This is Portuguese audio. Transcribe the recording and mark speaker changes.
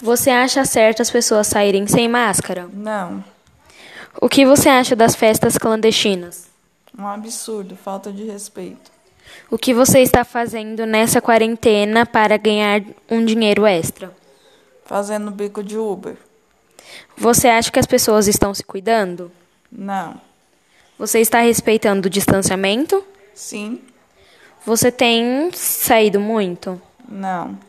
Speaker 1: Você acha certo as pessoas saírem sem máscara?
Speaker 2: Não,
Speaker 1: O que você acha das festas clandestinas?
Speaker 2: um absurdo, falta de respeito.
Speaker 1: O que você está fazendo nessa quarentena para ganhar um dinheiro extra?
Speaker 2: Fazendo bico de Uber.
Speaker 1: Você acha que as pessoas estão se cuidando?
Speaker 2: Não.
Speaker 1: Você está respeitando o distanciamento?
Speaker 2: Sim.
Speaker 1: Você tem saído muito?
Speaker 2: Não.